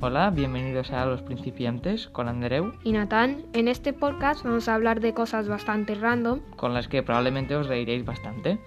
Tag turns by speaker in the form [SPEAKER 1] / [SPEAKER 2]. [SPEAKER 1] Hola, bienvenidos a Los Principiantes con Andreu,
[SPEAKER 2] y Natán. En este podcast vamos a hablar de cosas bastante random.
[SPEAKER 1] con las que probablemente os reiréis bastante.